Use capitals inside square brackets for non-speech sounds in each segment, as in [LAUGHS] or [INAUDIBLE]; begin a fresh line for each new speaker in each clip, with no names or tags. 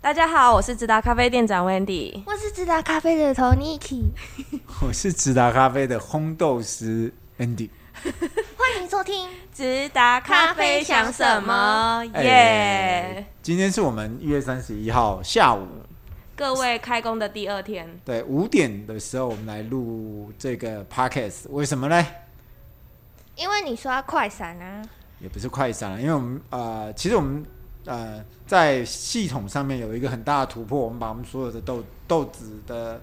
大家好，我是直达咖啡店长 Wendy。
我是直达咖啡的头 Niki，
[LAUGHS] 我是直达咖啡的烘豆师 Andy。
欢迎收听。
直达咖啡想什么？耶、
哎今天是我们一月三十一号下午，
各位开工的第二天，
对五点的时候，我们来录这个 podcast。为什么呢？
因为你说要快闪啊，
也不是快闪了，因为我们呃，其实我们呃在系统上面有一个很大的突破，我们把我们所有的豆豆子的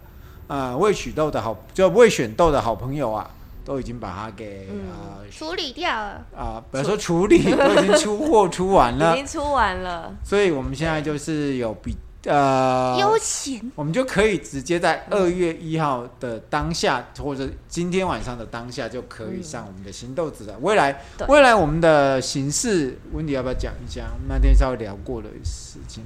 呃未取豆的好，就未选豆的好朋友啊，都已经把它给呃
嗯
处理掉了。
啊，不要说处理，都已经出货出完
已
了，
经出完了。
所以我们现在就是有比呃
悠闲，
我们就可以直接在二月一号的当下，或者今天晚上的当下，就可以上我们的新豆子了。未来
对，
未来我们的形式，温迪要不要讲一下？我们那天稍微聊过的事情。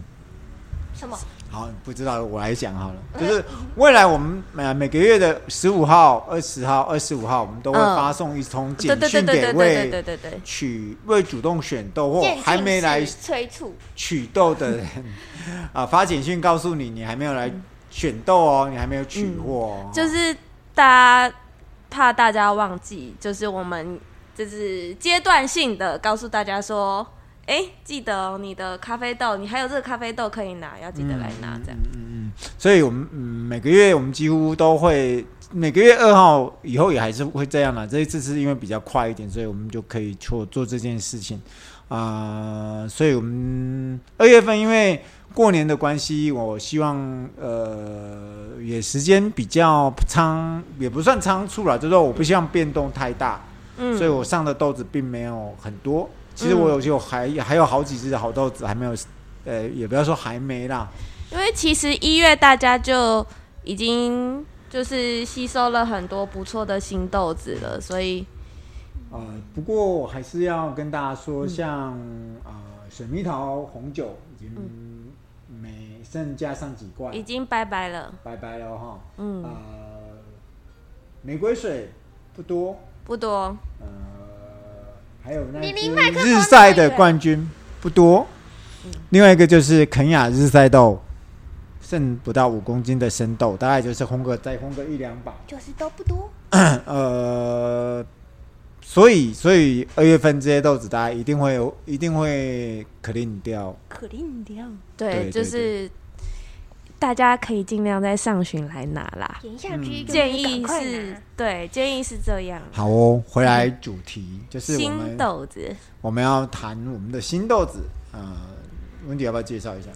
什么？
好，不知道我来讲好了。就是未来我们每每个月的十五号、二十号、二十五号，我们都会
嗯
发送一通简
对对对
讯
对
给
对对
未
对对对，
取未主动选豆或
渐进
还没来
式催促，
取豆的人啊，发简讯告诉你，你还没有来选豆哦，你还没有取货、哦
嗯就是大家怕大家忘记，就是我们就是阶段性的告诉大家说，哎、记得哦、你的咖啡豆，你还有这个咖啡豆可以拿，要记得来拿，这样。
所以我们、嗯、每个月我们几乎都会每个月二号以后也还是会这样啦。这一次是因为比较快一点，所以我们就可以做做这件事情啊、所以我们二月份因为过年的关系，我希望呃也时间比较仓也不算仓促啦，就是说我不希望变动太大，
嗯
所以我上的豆子并没有很多。其实我有有还还有好几只好豆子还没有，呃，也不要说还没啦，
因为其实一月大家就已经就是吸收了很多不错的新豆子了，所以
呃，不过我还是要跟大家说，像
嗯
呃水蜜桃红酒已经没剩加上几罐
已，经拜拜了。
拜拜了哈。
嗯，
呃，玫瑰水不多，
不多，
呃，还有那
你
只
离麦克风
日赛的冠军不多。
嗯
另外一个就是肯雅日赛豆，剩不到五公斤的生豆，大概就是烘个再烘个一两把。 [COUGHS]
就是都不多。
呃，所以所以二月份这些豆子大家一定会有，一定会 clean 掉。
可定掉。
对，
对
就
对
是大家可以尽量在上旬来拿啦。
言下之意就是
建
赶
议
快
是
拿，
对，建议是这样。
好哦，回来主题就是我
新
们
豆子，
我们要谈我们的新豆子。呃，温迪要不要介绍一下？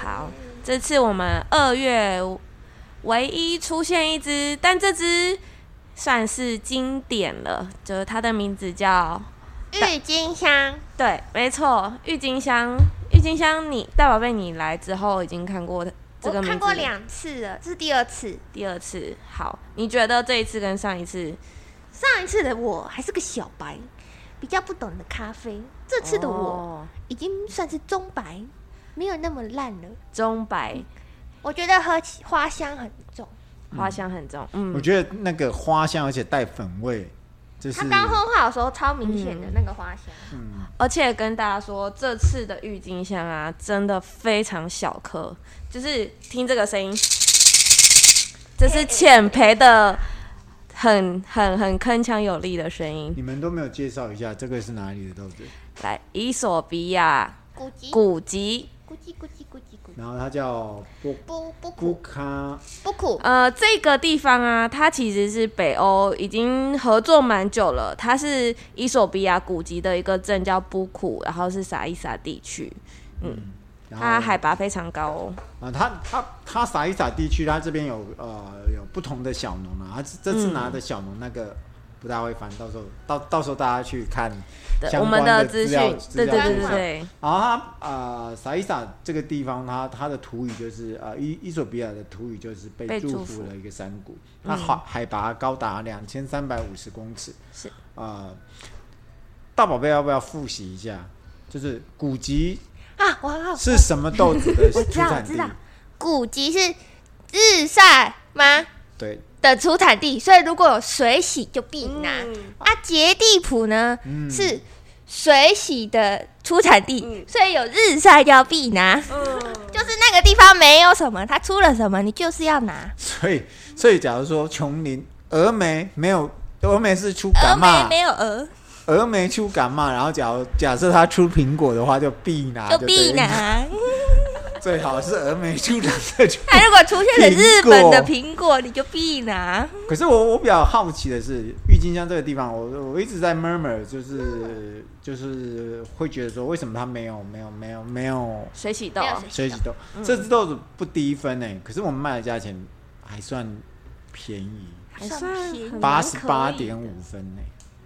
好，这次我们二月唯一出现一只，但这只算是经典了，就是它的名字叫
郁金香，
对，没错，郁金香，郁金香你，大宝贝，你来之后已经看过这
我
个名字，
看过两次了，这是第二次。
第二次。好，你觉得这一次跟上一次，
上一次的我还是个小白，比较不懂得咖啡。这次的我
哦
已经算是中白，没有那么烂了。
中白
我觉得喝起花香很重，
花香很重，嗯，
我觉得那个花香，而且带粉味，就是
它刚烘好的时候超明显
嗯
的那个花香。
而且跟大家说，这次的郁金香啊，真的非常小颗，就是听这个声音，这是浅培的很很很铿锵有力的声音。
你们都没有介绍一下这个是哪里的豆子，
来，伊索比亚
咕叽咕
古籍
叽咕叽咕叽咕叽，
然后它叫波
不不
波
苦
卡，
不苦，
呃，这个地方啊，它其实是北欧已经合作蛮久了，它是伊索比亚古籍的一个镇叫布库，然后是撒伊撒地区，
然后
它海拔非常高哦。
啊，他他他撒一撒地区，他这边有呃有不同的小农啊，他这次拿的小农那个不大会翻，到时候到到时候大家去看
对，
相
我们
关的
资
资
讯
料，
对
资
对
料
对
介
对
绍。
对，
然后他呃撒一撒这个地方，它它的土语就是呃伊伊索比亚的土语就是
被
被
祝
祝
福
福的一个山谷，它
嗯
海海拔高达两千三百五十公尺。
是
呃，大宝贝要不要复习一下？就是古籍
啊！我好
是什么豆子的
哦我
出
知道我
产
知
地
道？，古籍是日晒吗
对，
的出产地，所以如果有水洗就必拿。
嗯
啊，杰地普呢、
嗯
是水洗的出产地，
嗯
所以有日晒就要必拿，
嗯，
就是那个地方没有什么，它出了什么，你就是要拿。
所以所以假如说琼林峨眉没有峨眉是出
峨
感
眉
冒，
没有鹅，
峨眉出感冒，然后假如假设他出苹果的话，就必拿，
就
对
必
了，
拿。 [LAUGHS]
最好是峨眉出的这就。
它如果出现了日
苹
本
果
的苹果，你就必拿。
[LAUGHS] 可是我我比较好奇的是，郁金香这个地方，我我一直在 murmur，就是就是会觉得说，为什么它没有没有没有没有
水起豆
没有水
水洗豆？这只豆子不低分呢、可是我们卖的价钱还算便宜，
还算
便宜
很
八
蛮
十八点五分呢、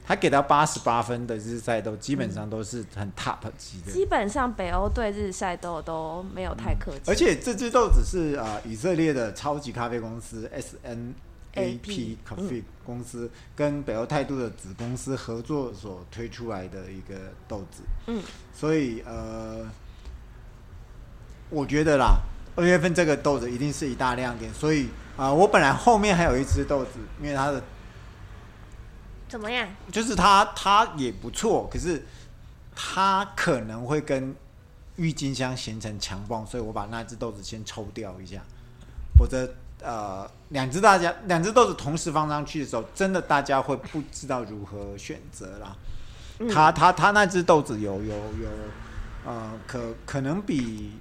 他给到八十八分的日晒豆，基本上都是很 top 级的，
基本上北欧对日晒豆都没有太客气，
而且这只豆子是啊、呃以色列的超级咖啡公司 S N A P
AP
Coffee 公司跟北欧态度的子公司合作所推出来的一个豆子，
嗯，
所以呃，我觉得啦，二月份这个豆子一定是一大亮点，所以啊、呃我本来后面还有一只豆子，因为它的
怎么样？
就是它它也不错，可是它可能会跟郁金香形成强棒，所以我把那只豆子先抽掉一下，否则呃两只大家两只豆子同时放上去的时候，真的大家会不知道如何选择啦。它它它那只豆子有有有呃可可能比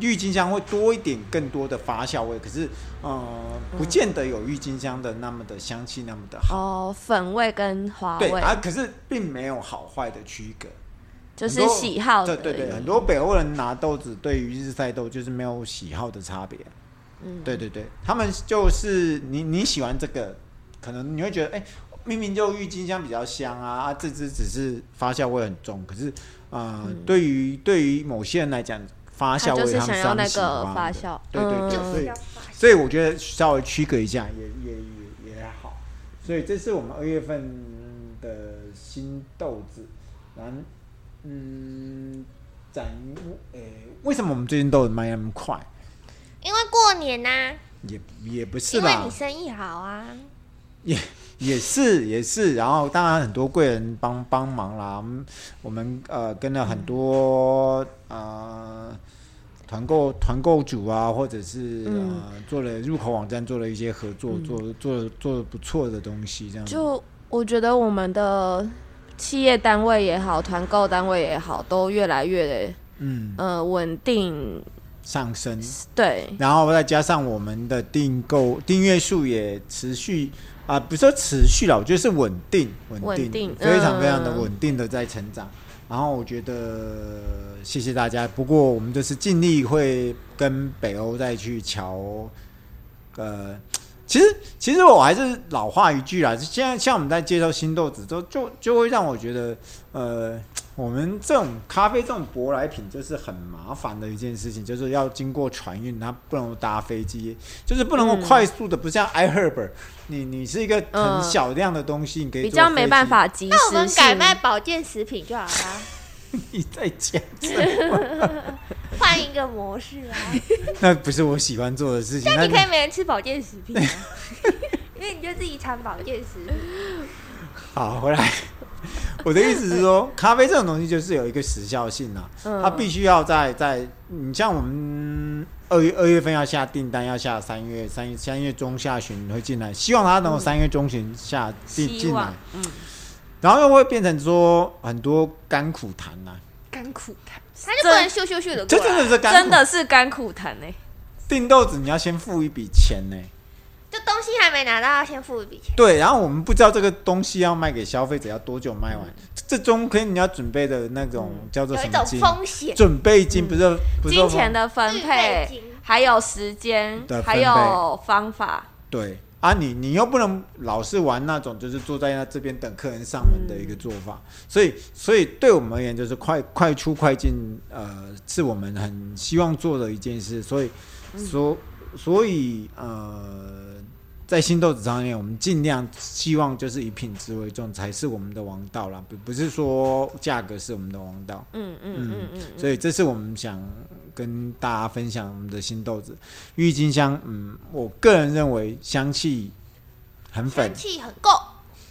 郁金香会多一点更多的发酵味，可是呃不见得有郁金香的那么的香气那么的好。
哦，粉味跟花
对
味
啊，可是并没有好坏的区隔，
就是
很多
喜好
对
的，
对对，很多北欧人拿豆子对于日晒豆就是没有喜好的差别。
嗯
对对对，他们就是你你喜欢这个，可能你会觉得哎、明明就郁金香比较香啊，啊这只只是发酵味很重，可是呃，
嗯
对于对于某些人来讲，发酵
他就
味
是
他们
想
是
要
他们
那
喜
个
欢
发
的
酵
对对
嗯
对，
就
所
是
以
要发现
所以我觉得稍微区隔一下也也也也好。所以这是我们二月份的新豆子，然后嗯，展诶、为什么我们最近豆子卖那么快？
因为过年呐、
也也不是
因为
啦
你，生意好啊，
也也是也是，然后当然很多贵人帮帮忙啦，我们我们呃跟了很多、呃团购团购主啊，或者是、
嗯
呃做了入口网站做了一些合作，做做做得不错的东西，这样子
就我觉得我们的企业单位也好，团购单位也好，都越来越
嗯
呃稳定。
上升，
对，
然后再加上我们的订购订阅数也持续啊、不是说持续了，我觉得是稳定稳定
稳定
非常非常的
嗯
稳定的在成长。然后我觉得谢谢大家，不过我们就是尽力会跟北欧再去瞧，呃。其实，其实我还是老话一句啦，就现在像我们在接受新豆子都就就会让我觉得，呃，我们这种咖啡这种舶来品就是很麻烦的一件事情，就是要经过船运，它不能够搭飞机，就是不能够快速的，不像 iHerb，你你是一个很
嗯
小量的东西，你可以
比
坐
较
飞
没
机
办。
[LAUGHS]
法及
那我
时
们改
性。
卖保健食品就好啦，
你在讲，
[LAUGHS] 换一个模式啊。
那不是我喜欢做的事情。
那
那
你可以每人吃保健食品、啊， [LAUGHS] 因为你就自己产保健食品。
好回来。 [LAUGHS] 我的意思是
[LAUGHS]
说，咖啡这种东西就是有一个时效性啊，
嗯
它必须要在在你像我们二月二月份要下订单，要下三月三三月中下旬会进来，希望它能够三月中旬下进
嗯希
进来
望，，嗯，
然后又会变成说很多甘苦谈呐、
干苦它，它就不能咻咻咻的
这
过
真的
来，
是甘苦
真的是甘苦谈哎、
订豆子，你要先付一笔钱呢、
就东西还没拿到，要先付一笔钱。
对，然后我们不知道这个东西要卖给消费者要多久卖完，
嗯
这中间你要准备的那种叫做
有
什
一
么
种
金？
风险，
准备金不是、不是
嗯金钱
的
的分
自费
配
金，
还有时间
的分，配
还有方法，
对啊你，你又不能老是玩那种就是坐在那这边等客人上门的一个
嗯
做法，所以所以对我们而言就是快快出快进，呃，是我们很希望做的一件事，所以
嗯
所所以呃。在新豆子上面，我们尽量希望就是以品质为重，才是我们的王道啦，不不是说价格是我们的王道。
嗯嗯嗯嗯，
所以这是我们想跟大家分享我们的新豆子郁金香。嗯，我个人认为香气很粉
人，气很够，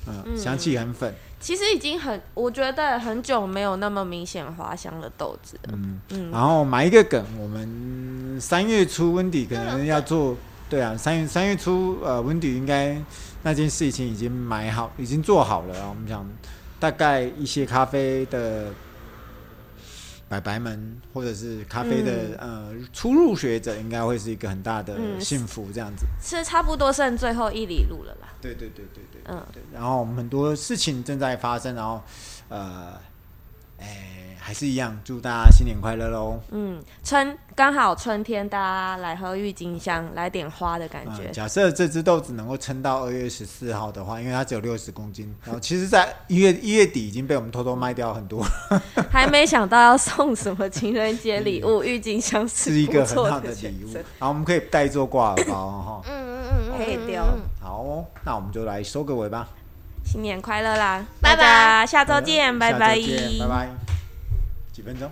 嗯，香气很粉，
其实已经很，我觉得很久没有那么明显花香的豆子了。
嗯
嗯
然后埋一个梗，我们三月初温迪可能要做，对啊，三月三月初呃温迪应该那件事情已经埋好，已经做好了啊。我们想大概一些咖啡的呃白白们，或者是咖啡的、呃初入学者，应该会是一个很大的
嗯
幸福这样子。
是差不多剩最后一里路了啦。
对对对对对，
嗯
对。然后我们很多事情正在发生，然后呃，哎，还是一样，祝大家新年快乐喽！
嗯，春刚好春天，大家来喝郁金香，来点花的感觉
嗯、。假设这只豆子能够撑到二月十四号的话，因为它只有六十公斤，然后其实，在一
[LAUGHS]
月一月底已经被我们偷偷卖掉很多，
还没想到要送什么情人节礼物，郁金香
是一个
不
很
错
好的
选
礼物。
择
然后我们可以带做挂耳包哦哈。
嗯嗯嗯，
可以
嗯
丢。
嗯
好哦，那我们就来收个尾吧。
新年快乐啦，
拜拜
大家下周见，
下周见拜拜。几分钟？